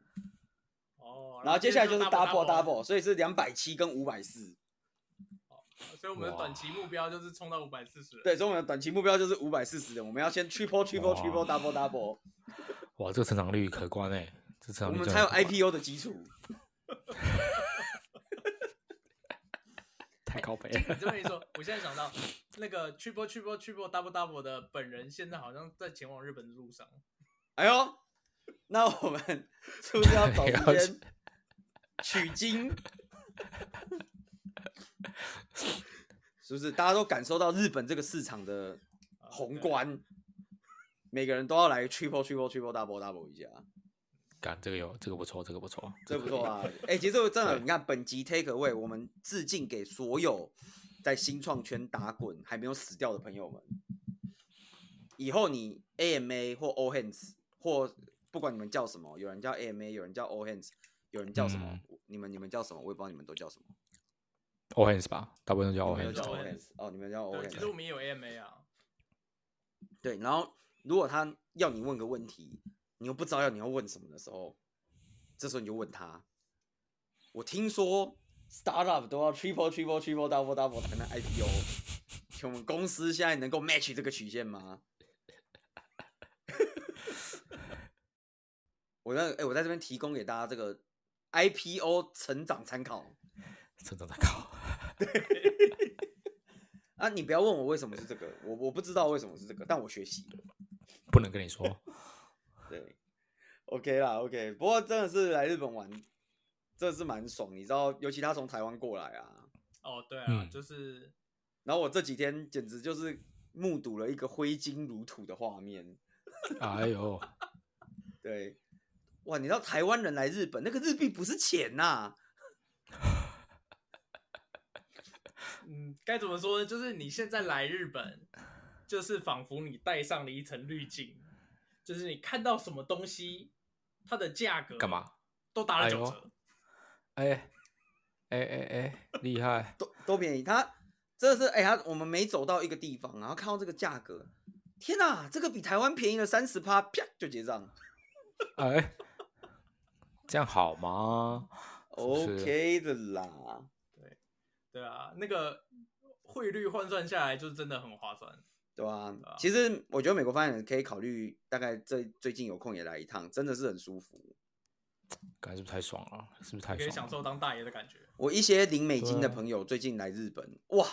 Speaker 3: 哦，
Speaker 1: 然后接下来就是 double
Speaker 3: double，
Speaker 1: double，所以是两百七跟五百四，
Speaker 3: 所以我们的短期目标就是冲到五百四十。
Speaker 1: 对，所以我们的短期目标就是五百四十人，我们要先 triple triple triple double double，
Speaker 2: 哇，这个成长率可观哎、这成
Speaker 1: 我
Speaker 2: 长率
Speaker 1: 们
Speaker 2: 真
Speaker 1: 才
Speaker 2: 的
Speaker 1: 有
Speaker 2: 可观
Speaker 1: IPO 的基础。
Speaker 2: 太高倍
Speaker 3: 你
Speaker 2: 了。
Speaker 3: 这么一说，我现在想到那个 triple triple triple double double 的本人，现在好像在前往日本的路上。
Speaker 1: 哎呦，那我们是不是要找
Speaker 2: 要
Speaker 1: 时间取
Speaker 2: 去
Speaker 1: 经？ 是不是大家都感受到日本这个市场的
Speaker 3: 啊
Speaker 1: 宏，观？每个人都要来 triple triple triple double double 一下，
Speaker 2: 干这个有这个不错，这个不错，
Speaker 1: 这
Speaker 2: 个
Speaker 1: 不错
Speaker 2: 可以。
Speaker 1: 啊！ 哎、其实我真的，
Speaker 2: 对
Speaker 1: 你看本集 take away，我们致敬给所有在新创圈打滚还没有死掉的朋友们。以后你 AMA 或 o h a n s 或或不管你们叫什么，有人叫 AMA，有人叫 All Hands，有人叫什么
Speaker 2: 嗯，
Speaker 1: 我你们你们叫什么，我也不知道你们都叫什么。
Speaker 2: o h a n s 吧，大部分都叫 o
Speaker 1: 你
Speaker 2: h a
Speaker 1: 们
Speaker 2: n
Speaker 1: 都叫
Speaker 2: s
Speaker 3: All
Speaker 1: All Hands，哦，你们叫 All
Speaker 3: 对，其实我
Speaker 1: Hands，
Speaker 3: 们也有 AMA 啊，
Speaker 1: 对。然后如果他要你问个问题，你又不知道要你要问什么的时候，这时候你就问他，我听说 startup 都要 triple triple triple double double 才能 IPO，请问公司现在能够 match 这个曲线吗？ 我在哎、我在这边提供给大家这个 IPO 成长参考
Speaker 2: 成长在高。
Speaker 1: 啊！你不要问我为什么是这个，我我不知道为什么是这个，但我学习了。
Speaker 2: 不能跟 你说，
Speaker 1: 对，OK 啦，OK。不过真的是来日本玩，真的是蛮爽，你知道，尤其他从台湾过来啊，
Speaker 3: 哦，对啊，
Speaker 2: 嗯
Speaker 3: 就是
Speaker 1: 然后我这几天简直就是目睹了一个挥金如土的画面。
Speaker 2: 哎呦，
Speaker 1: 对，哇，你知道台湾人来日本，那个日币不是钱呐、
Speaker 3: 嗯，该怎么说呢？就是你现在来日本，就是仿佛你戴上了一层滤镜，就是你看到什么东西，它的价格
Speaker 2: 干嘛？
Speaker 3: 都打了
Speaker 2: 哎
Speaker 3: 九
Speaker 2: 呦
Speaker 3: 折，
Speaker 2: 哎哎哎哎，厉害！
Speaker 1: 都都便宜。他真的是，哎、他我们每走到一个地方，然后看到这个价格，天呐，这个比台湾便宜了三十趴，啪就结账。
Speaker 2: 哎，这样好吗？是不是
Speaker 1: OK 的啦，
Speaker 3: 对啊，那个汇率换算下来就是真的很划算。
Speaker 1: 对吧、
Speaker 3: 啊
Speaker 1: 其实我觉得美国发展可以考虑，大概这最近有空也来一趟，真的是很舒服。
Speaker 2: 感觉是不是太爽了？是不是太
Speaker 3: 可以
Speaker 2: 爽
Speaker 3: 享
Speaker 2: 了？
Speaker 3: 受当大爷的感觉。
Speaker 1: 我一些零美金的
Speaker 2: 对啊
Speaker 1: 朋友最近来日本，哇，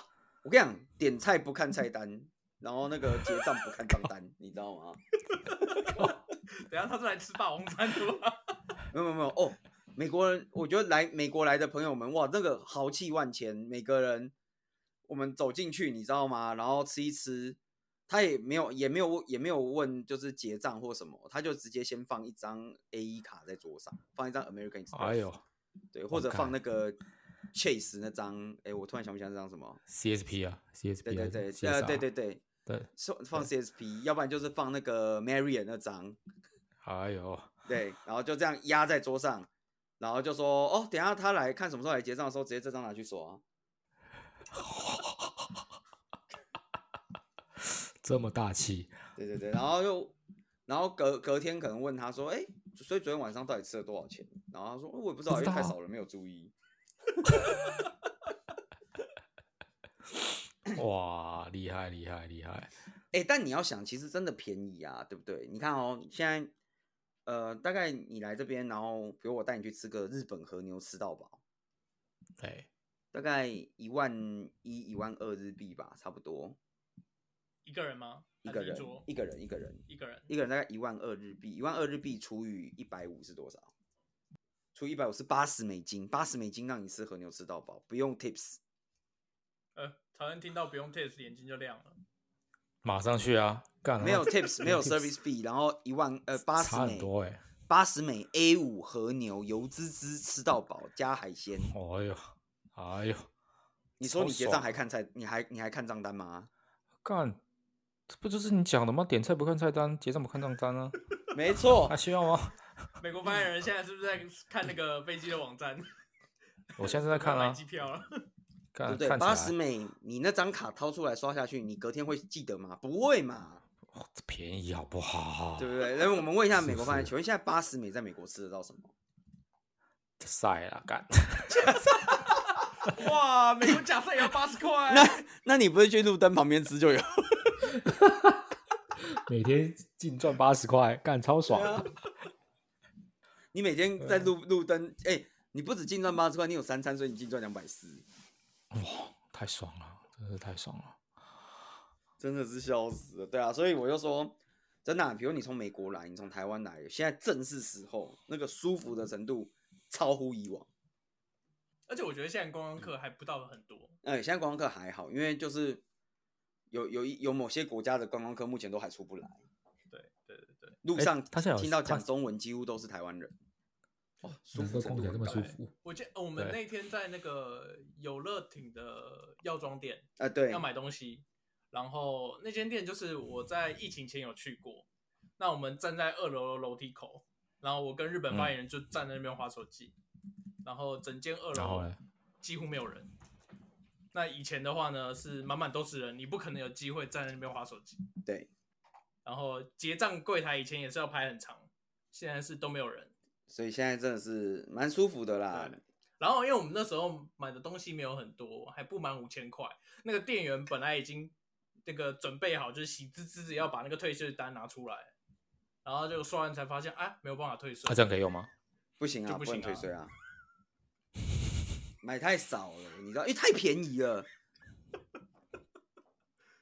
Speaker 1: 我跟你讲，点菜不看菜单，然后那个结账不看账单，你知道吗？
Speaker 3: 等一下他是来吃霸王餐 的吗？
Speaker 1: 没有没有没有哦，美国人，我觉得来美国来的朋友们，哇，那个豪气万千，每个人，我们走进去，你知道吗？然后吃一吃，他也没有也没有也没有问就是结账或什么，他就直接先放一张 A 一卡在桌上，放一张 American Express，
Speaker 2: 哎呦，
Speaker 1: 对，或者
Speaker 2: 干
Speaker 1: 放那个 Chase 那张，哎，我突然想不起来那张什么，
Speaker 2: ，CSP 啊，CSP，
Speaker 1: 对对
Speaker 2: 还
Speaker 1: 对，
Speaker 2: 是
Speaker 1: 呃，
Speaker 2: CSR
Speaker 1: 对对对。
Speaker 2: 对，
Speaker 1: 是放 CSP，要不然就是放那个 Marion 那张，
Speaker 2: 哎呦，
Speaker 1: 对，然后就这样压在桌上，然后就说哦，等一下他来看什么时候来结账的时候，直接这张拿去锁啊。
Speaker 2: 这么大气，
Speaker 1: 对对对，然后又然后隔隔天可能问他说，哎、所以昨天晚上到底吃了多少钱？然后他说、哦我也不知道，
Speaker 2: 不
Speaker 1: 因
Speaker 2: 知
Speaker 1: 为太
Speaker 2: 道啊
Speaker 1: 少了没有注意。
Speaker 2: 哇，厉害厉害厉害！
Speaker 1: 哎、但你要想，其实真的便宜啊，对不对？你看哦，现在呃，大概你来这边，然后比如我带你去吃个日本和牛吃到饱，
Speaker 2: 哎，
Speaker 1: 大概一万一一万二日币吧，差不多
Speaker 3: 一个人吗？
Speaker 2: 啊
Speaker 1: 一
Speaker 3: 还
Speaker 1: 个
Speaker 3: 是
Speaker 1: 人
Speaker 3: 桌，
Speaker 1: 一个人一个人。
Speaker 3: 一个人，
Speaker 1: 一个人大概一万二日币，一万二日币除以一百五是多少？除以一百五是八十美金，八十美金让你吃和牛吃到饱，不用 tips。
Speaker 3: 呃，台湾听到不用 test 眼睛就亮了。
Speaker 2: 马上去啊！干
Speaker 1: 没有
Speaker 2: 他妈
Speaker 1: tips，没有
Speaker 2: tips
Speaker 1: service fee，然后一万呃八十
Speaker 2: 差很
Speaker 1: 美，
Speaker 2: 多哎！
Speaker 1: 八十美 A 五和牛油滋滋吃到饱加海鲜。
Speaker 2: 哎呦，哎呦，
Speaker 1: 你说
Speaker 2: 超
Speaker 1: 你结账
Speaker 2: 爽
Speaker 1: 还看菜，你还你还看账单 吗？
Speaker 2: 干，这不就是你讲的吗？点菜不看菜单，结账不看账单啊！
Speaker 1: 没错
Speaker 2: 还，需要吗？
Speaker 3: 美国发言人现在是不是在看那个飞机的网 站？
Speaker 2: 我现在在看
Speaker 3: 买
Speaker 2: 啊
Speaker 3: 机，票了。
Speaker 1: 对
Speaker 2: 看
Speaker 1: 不对？
Speaker 2: 看起
Speaker 1: 八十
Speaker 2: 来
Speaker 1: 美，你那张卡掏出来刷下去，你隔天会记得吗？不会嘛，
Speaker 2: 哇这便宜好不好？
Speaker 1: 对不对？那我们问一下美国
Speaker 2: 是
Speaker 1: 饭店，
Speaker 2: 是
Speaker 1: 请问现在八十美在美国吃得到什么？
Speaker 2: 晒啦，干！
Speaker 3: 哇，美国假赛也 要八十块，
Speaker 1: 那你不是去路灯旁边吃 就有？
Speaker 2: 每天净赚八十块，干超爽！
Speaker 3: 啊
Speaker 1: 你每天在路路灯，哎、你不止净赚八十块，你有三餐，所以你净赚两百四，
Speaker 2: 太爽了，真是太爽了！
Speaker 1: 真的是笑死了。对啊，所以我就说，真的啊、比如你从美国来，你从台湾来，现在正是时候，那个舒服的程度超乎以往。
Speaker 3: 而且我觉得现在观光客还不到很多，
Speaker 1: 哎、现在观光客还好，因为就是有有一有某些国家的观光客目前都还出不来，
Speaker 3: 对对对对，
Speaker 1: 路
Speaker 2: 哎
Speaker 1: 上、
Speaker 2: 他现在有
Speaker 1: 听到
Speaker 2: 他
Speaker 1: 讲中文几乎都是台湾人。哦，舒
Speaker 2: 难
Speaker 1: 服
Speaker 2: 怪
Speaker 1: 程
Speaker 2: 空
Speaker 1: 度
Speaker 2: 姐这
Speaker 1: 很
Speaker 2: 么
Speaker 1: 高
Speaker 2: 舒服，
Speaker 3: 我记得呃我
Speaker 2: 对
Speaker 3: 们那天在那个有乐町的药妆店
Speaker 1: 啊！对
Speaker 3: 要，买东西，然后那间店就是我在疫情前有去过，那我们站在二楼的楼梯口，然后我跟日本发言人就站在那边划手机，然后整间二
Speaker 2: 嗯欸然后
Speaker 3: 楼
Speaker 2: 嘞
Speaker 3: 几乎没有人。那以前的话呢，是满满都是人，你不可能有机会站在那边划手机。
Speaker 1: 对，
Speaker 3: 然后结账柜台以前也是要排很长，现在是都没有人。
Speaker 1: 所以现在真的是蛮舒服的啦。
Speaker 3: 对然后因为我们那时候买的东西没有很多，还不满五千块，那个店员本来已经那个准备好，就是喜滋滋地要把那个退税单拿出来，然后就刷完才发现，哎，没有办法退税
Speaker 2: 那、。这样可以用吗？
Speaker 1: 不行啊，
Speaker 3: 就不
Speaker 1: 能
Speaker 3: 行
Speaker 1: 退
Speaker 3: 啊
Speaker 1: 税啊，买太少了，你知道，因为太便宜了，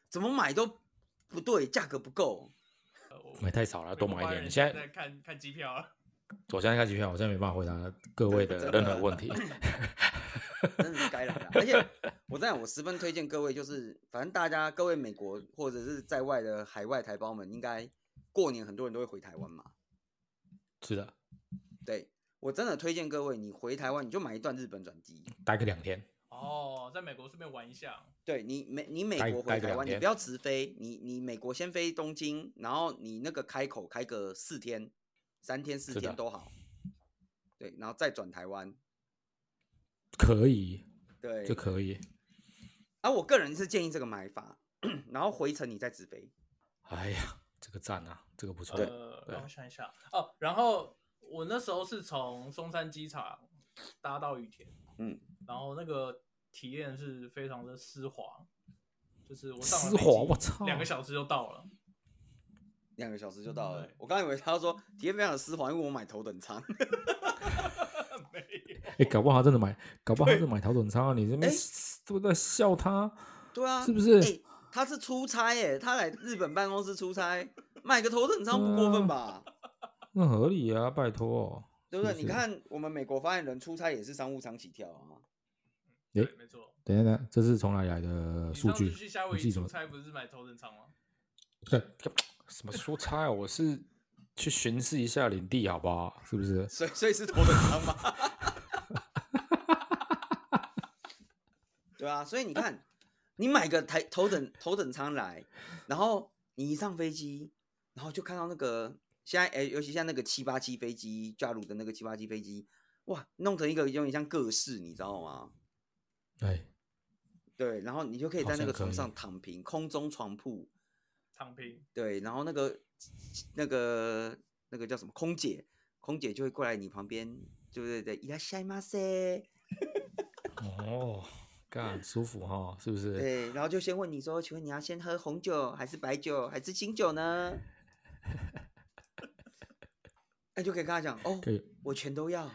Speaker 1: 怎么买都不对，价格不够。
Speaker 2: 买太少了，多买一点。
Speaker 3: 你
Speaker 2: 你现
Speaker 3: 在
Speaker 2: 在
Speaker 3: 看看机票了，
Speaker 2: 我现在看机票，我现在没办法回答各位的任何 问题。
Speaker 1: 真的是该来的啊。而且我在我十分推荐各位，就是反正大家各位美国或者是在外的海外台胞们，应该过年很多人都会回台湾嘛。
Speaker 2: 是的，
Speaker 1: 对我真的推荐各位，你回台湾你就买一段日本转机。
Speaker 2: 待个两天，
Speaker 3: 哦，在美国顺便玩一下，
Speaker 1: 对你美你美
Speaker 2: 待
Speaker 1: 国
Speaker 2: 待
Speaker 1: 回
Speaker 2: 个
Speaker 1: 台
Speaker 2: 两
Speaker 1: 湾，你
Speaker 2: 天
Speaker 1: 不要直飞，你你美国先飞东京，然后你那个开口开个四天、三天、四
Speaker 2: 是的
Speaker 1: 天都好。对，然后再转台湾。
Speaker 2: 可以
Speaker 1: 对
Speaker 2: 就，可以。
Speaker 1: 啊，我个人是建议这个买法，然后回程你再直飞。
Speaker 2: 哎呀，这个赞啊，这个不错。
Speaker 3: 呃，让我想一下哦。然后我那时候是从松山机场搭到羽田，
Speaker 1: 嗯，
Speaker 3: 然后那个体验是非常的丝滑，就是我上了
Speaker 2: 丝
Speaker 3: 飞
Speaker 2: 滑，
Speaker 3: 机
Speaker 2: 我操，
Speaker 3: 两个小时就到了。
Speaker 1: 两个小时就到了
Speaker 3: 对。
Speaker 1: 我刚以为他说体验非常的丝滑，因为我买头等 舱。
Speaker 3: 没有，
Speaker 2: 哎、搞不好他真的买，搞不好他真的买头等舱啊！你这边
Speaker 1: 哎
Speaker 2: 都在笑他，
Speaker 1: 对啊，
Speaker 2: 是不是
Speaker 1: 哎他是出差耶，他来日本办公室出差，买个头等舱不过分吧？
Speaker 2: 那合理啊，拜托。
Speaker 1: 对不对？
Speaker 2: 嗯是
Speaker 1: 你
Speaker 2: 是
Speaker 1: 看我们美国发言人出差也是商务舱起跳啊。
Speaker 2: 诶
Speaker 3: 对，没错。
Speaker 2: 等一下，等一下，这是从哪里来的
Speaker 3: 你
Speaker 2: 数
Speaker 3: 上次
Speaker 2: 据？
Speaker 3: 去夏
Speaker 2: 你
Speaker 3: 威
Speaker 2: 自己
Speaker 3: 夷
Speaker 2: 怎
Speaker 3: 出
Speaker 2: 么？
Speaker 3: 差不是买头等舱吗？
Speaker 2: 对，什么出差啊？我是去巡视一下领地，好不好？是不是？
Speaker 1: 所以 所以是头等舱吗？ 对啊，所以你看，你买个台头等头等舱来，然后你一上飞机，然后就看到那个现在哎、尤其像那个七八七飞机，加鲁的那个七八七飞机，哇，弄成一个有点像各式，你知道吗？
Speaker 2: 哎，
Speaker 1: 对，然后你就可以
Speaker 2: 好
Speaker 1: 在那
Speaker 2: 像
Speaker 1: 个
Speaker 2: 可
Speaker 1: 床
Speaker 2: 以
Speaker 1: 上躺平，空中床铺，
Speaker 3: 躺平，
Speaker 1: 对，然后那个那个那个叫什么空姐，空姐就会过来你旁边，对不对？对，いらっしゃいま せ。
Speaker 2: 哦，干舒服哈、是不是？
Speaker 1: 对，然后就先问你说，请问你要先喝红酒还是白酒还是清酒呢？ 那就可以跟他讲哦
Speaker 2: 可，以。
Speaker 1: 我全都要。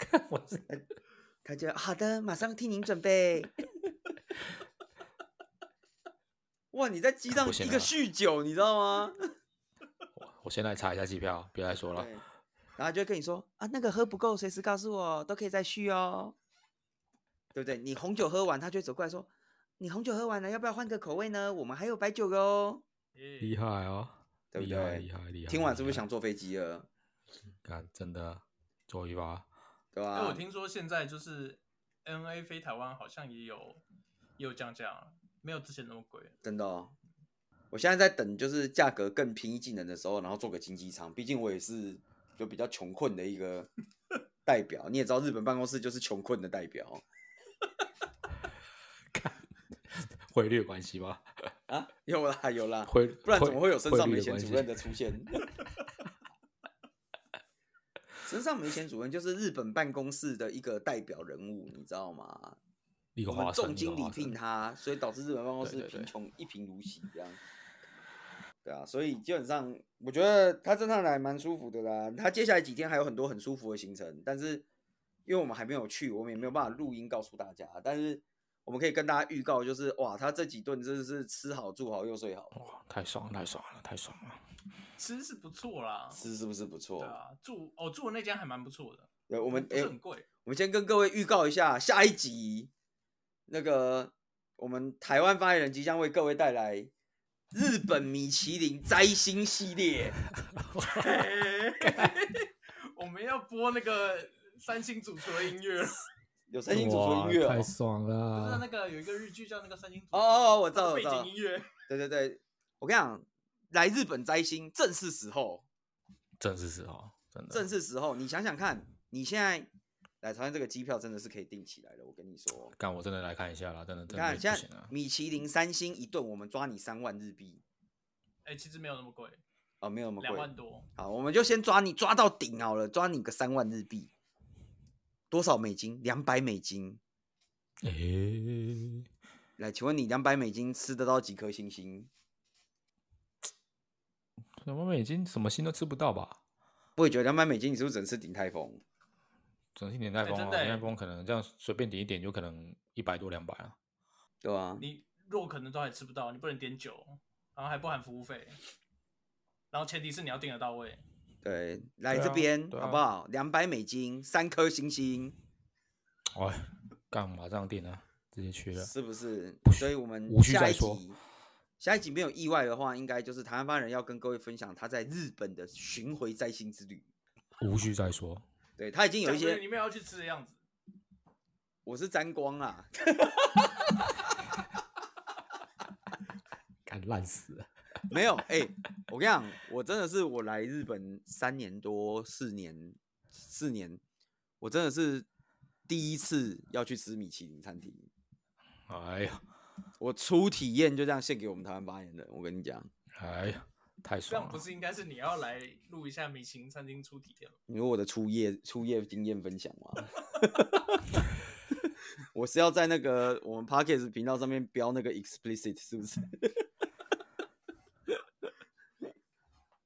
Speaker 2: 看我是
Speaker 1: 哎他就好的，马上替您准 备。哇，你在机
Speaker 2: 看
Speaker 1: 上
Speaker 2: 不
Speaker 1: 一
Speaker 2: 行
Speaker 1: 个
Speaker 2: 啊
Speaker 1: 酗酒，你知道吗？
Speaker 2: 我我先来查一下机票，别再说了
Speaker 1: 对。，然后就会跟你说啊，那个喝不够，随时告诉我，都可以再续哦，对不对？你红酒喝完，他就会走过来说，你红酒喝完了，要不要换个口味呢？我们还有白酒的哦，
Speaker 3: 耶
Speaker 2: 厉害哦，
Speaker 1: 对不
Speaker 2: 厉害
Speaker 1: 对？
Speaker 2: 厉害厉害！
Speaker 1: 听完是不
Speaker 2: 厉
Speaker 1: 是
Speaker 2: 害
Speaker 1: 想？坐飞机了？
Speaker 2: 干，真的，终于吧。
Speaker 1: 对
Speaker 3: 哎、
Speaker 1: 吧？
Speaker 3: 我听说现在就是 NA 飞台湾好像也有也有降价了，没有之前那么贵。
Speaker 1: 真的、哦，我现在在等就是价格更平易近人的时候，然后做个经济舱。毕竟我也是就比较穷困的一个代表，你也知道日本办公室就是穷困的代表。
Speaker 2: 汇率有关系吧？
Speaker 1: 啊有啦有啦，
Speaker 2: 汇
Speaker 1: 不然怎么会有身
Speaker 2: 身
Speaker 1: 上没钱主任的出现？ 身上没钱主任就是日本办公室的一个代表人物，你知道吗？
Speaker 2: 一个
Speaker 1: 我
Speaker 2: 花
Speaker 1: 们重
Speaker 2: 生一个
Speaker 1: 金礼
Speaker 2: 花
Speaker 1: 聘啊
Speaker 2: 生
Speaker 1: 他，所以导致日本办公
Speaker 2: 对
Speaker 1: 室
Speaker 2: 对对
Speaker 1: 贫穷一贫如洗这样。对啊，所以基本上我觉得他这趟来蛮舒服的啦。他接下来几天还有很多很舒服的行程，但是因为我们还没有去，我们也没有办法录音告诉大家。但是我们可以跟大家预告，就是哇，他这几顿真的是吃好、住好又睡好，
Speaker 2: 哇，太爽了，太爽了，太爽了！
Speaker 3: 吃是不错啦，
Speaker 1: 吃是不是不错？
Speaker 3: 对啊，住哦住的那间还蛮不错的，
Speaker 1: 对，我们
Speaker 3: 不
Speaker 1: 诶、
Speaker 3: 是很贵。
Speaker 1: 我们先跟各位预告一下，下一集那个我们台湾发言人即将为各位带来日本米其林摘星系列。
Speaker 3: 我们要播那个三星主厨的音乐了，
Speaker 1: 有三星主厨音乐、
Speaker 2: 太
Speaker 1: 哦。
Speaker 2: 爽
Speaker 3: 不是那
Speaker 2: 了！
Speaker 3: 个有一个日剧叫那个三星主厨
Speaker 1: 哦哦，我知
Speaker 3: 它
Speaker 1: 道，
Speaker 3: 的
Speaker 1: 我
Speaker 3: 背
Speaker 1: 知道
Speaker 3: 景。音乐
Speaker 1: 对对对，我跟你讲，来日本摘星正是时候，
Speaker 2: 正是时候，真的。
Speaker 1: 正是时候。你想想看，你现在来台湾这个机票真的是可以订起来的，我跟你说。
Speaker 2: 干，我真的来看一下啦，真的
Speaker 1: 你
Speaker 2: 真的
Speaker 1: 看
Speaker 2: 不
Speaker 1: 现
Speaker 2: 行
Speaker 1: 在
Speaker 2: 啊。
Speaker 1: 米其林三星一顿，我们抓你三万日币
Speaker 3: 哎、其实没有那么贵，
Speaker 1: 啊、没有那么
Speaker 3: 两
Speaker 1: 贵
Speaker 3: 万。多，
Speaker 1: 好，我们就先抓你抓到顶好了，抓你个三万日币，多少美金？两百美金。
Speaker 2: 诶，
Speaker 1: 来，请问你两百美金吃得到几颗星星？
Speaker 2: 什么美金什么星都吃不到吧？
Speaker 1: 不会觉得两百美金你是不是只能吃鼎泰丰？
Speaker 2: 整体年代
Speaker 3: 哎
Speaker 2: 风
Speaker 3: 真
Speaker 2: 啊，
Speaker 3: 的
Speaker 2: 年代
Speaker 3: 欸
Speaker 2: 风可能这样随便点一点就可能一百多两百啊。
Speaker 1: 对啊，
Speaker 3: 你肉可能都还吃不到，你不能点酒，然后还不含服务费，然后前提是你要订得到位。
Speaker 1: 对，来
Speaker 2: 对
Speaker 1: 这
Speaker 2: 啊
Speaker 1: 边、
Speaker 2: 对
Speaker 1: 好
Speaker 2: 啊
Speaker 1: 不好？两百美金，三颗星星，
Speaker 2: 哎，干马上定啊，直接去了。
Speaker 1: 是不是
Speaker 2: 不？
Speaker 1: 所以我们
Speaker 2: 无需
Speaker 1: 下
Speaker 2: 再
Speaker 1: 一
Speaker 2: 说
Speaker 1: 集，下一集没有意外的话，应该就是台湾发人要跟各位分享他在日本的巡回摘星之旅。
Speaker 2: 无需再说。
Speaker 1: 对他已经有一
Speaker 3: 讲出
Speaker 1: 些
Speaker 3: 你，们要去吃的样子，
Speaker 1: 我是沾光啦，
Speaker 2: 干烂死了。
Speaker 1: 没有，哎、我跟你讲，我真的是我来日本三年多，四年，四年，我真的是第一次要去吃米其林餐厅，
Speaker 2: 哎呀，
Speaker 1: 我初体验就这样献给我们台湾发言人。我跟你讲，
Speaker 2: 哎呀，太
Speaker 3: 这
Speaker 2: 爽
Speaker 3: 样不
Speaker 2: 了！
Speaker 3: 是应该是你要来录一下米其林餐厅初体验吗？
Speaker 1: 你说我的初夜初夜经验分享吗？ 我是要在那个我们 Parkes 频道上面标那个 explicit 是不是？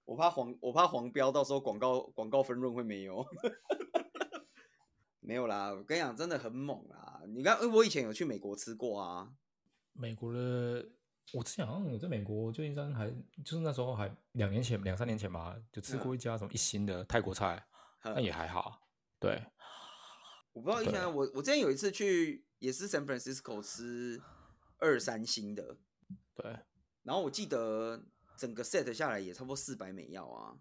Speaker 1: 我怕黄，我怕黄标，到时候广告广告分润会没有。 没有啦，我跟你讲，真的很猛啦！你看，呃我以前有去美国吃过啊，
Speaker 2: 美国的，我之前好像有在美国旧金山还，就是那时候还两年前、两三年前吧，就吃过一家什么一星的泰国菜，
Speaker 1: 哼
Speaker 2: 那也还好。对，
Speaker 1: 我不知道以前我我之前有一次去也是 San Francisco 吃二三星的，
Speaker 2: 对，
Speaker 1: 然后我记得整个 set 下来也差不多四百美药啊，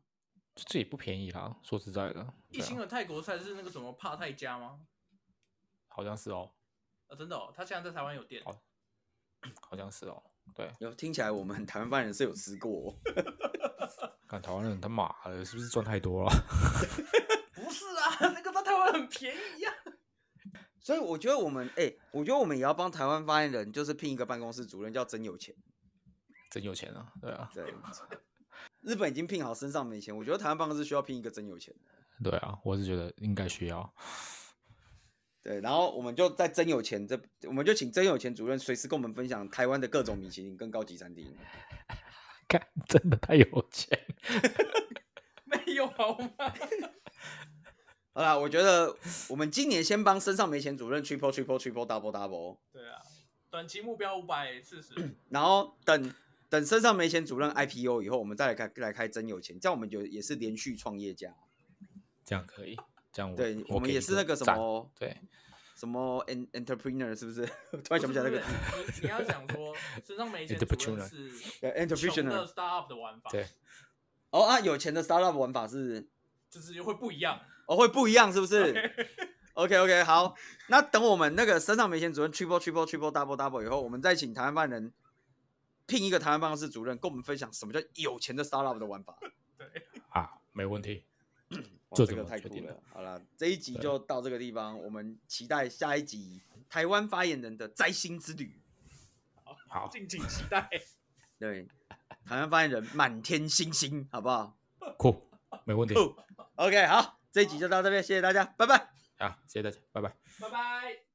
Speaker 2: 这这也不便宜啦，说实在的，
Speaker 3: 一
Speaker 2: 对啊
Speaker 3: 星的泰国菜是那个什么帕泰加吗？
Speaker 2: 好像是哦，
Speaker 3: 啊，真的哦，他现在在台湾有店。
Speaker 2: 好好像是哦，对，
Speaker 1: 有听起来我们台 湾班人是有吃过哦，
Speaker 2: 看台湾人他妈的，是不是赚太多了？
Speaker 3: 不是啊， 那个在台湾很便宜啊呀、
Speaker 1: 所以我觉得我们哎、我觉得我们也要帮台湾发言人，就是聘一个办公室主任，叫真有钱。
Speaker 2: 真有钱啊，对啊，
Speaker 1: 对，日本已经聘好身上没钱，我觉得台湾办公室需要聘一个真有钱的。
Speaker 2: 对啊，我是觉得应该需要。
Speaker 1: 对，然后我们就在真有钱这，我们就请真有钱主任随时跟我们分享台湾的各种米其林跟高级餐厅。
Speaker 2: 看，真的太有钱了，
Speaker 3: 没有好吗？
Speaker 1: 好啦，我觉得我们今年先帮身上没钱主任哦 triple triple triple double double，
Speaker 3: 对啊，短期目标五百四十，
Speaker 1: 然后等等身上没钱主任 IPO 以后，我们再来开来开真有钱，这样我们就也是连续创业家。
Speaker 2: 这样可以，这样我
Speaker 1: 对，
Speaker 2: 嗯我
Speaker 1: 我们
Speaker 2: 给
Speaker 1: 也
Speaker 2: 你
Speaker 1: 是那个什
Speaker 2: 赞，
Speaker 1: 么。
Speaker 2: 对，
Speaker 1: 什么 en entrepreneur 是不 是？突然想不起来那个字
Speaker 3: 不是不是你你要想说，身上没钱主任是
Speaker 1: 对
Speaker 3: 穷的
Speaker 1: ，entrepreneur。
Speaker 3: startup 的玩法，
Speaker 2: 对，
Speaker 1: 哦啊，有钱的 startup 玩法是
Speaker 3: 就是会不一样。
Speaker 1: 哦会不一样，是不是？OK OK，好，那等我们那个身上没钱主任 triple triple triple double double 以后，我们再请台湾办人聘一个台湾办公室主任，跟我们分享什么叫有钱的 startup 的玩法。
Speaker 3: 对，
Speaker 2: 啊，没问题。
Speaker 1: 哇这
Speaker 2: 这怎
Speaker 1: 个
Speaker 2: 么
Speaker 1: 太
Speaker 2: 决
Speaker 1: 酷
Speaker 2: 定的
Speaker 1: 了！好了，这一集就到这个地方，我们期待下一集台湾发言人的摘星之旅。
Speaker 2: 好，
Speaker 3: 敬请期待。
Speaker 1: 对，台湾发言人满天星星，好不好？
Speaker 2: 酷，没问题。
Speaker 1: 酷 OK，好，这一集就到这边，谢谢大家，拜拜。
Speaker 2: 啊，谢谢大家，拜拜。
Speaker 3: 拜拜。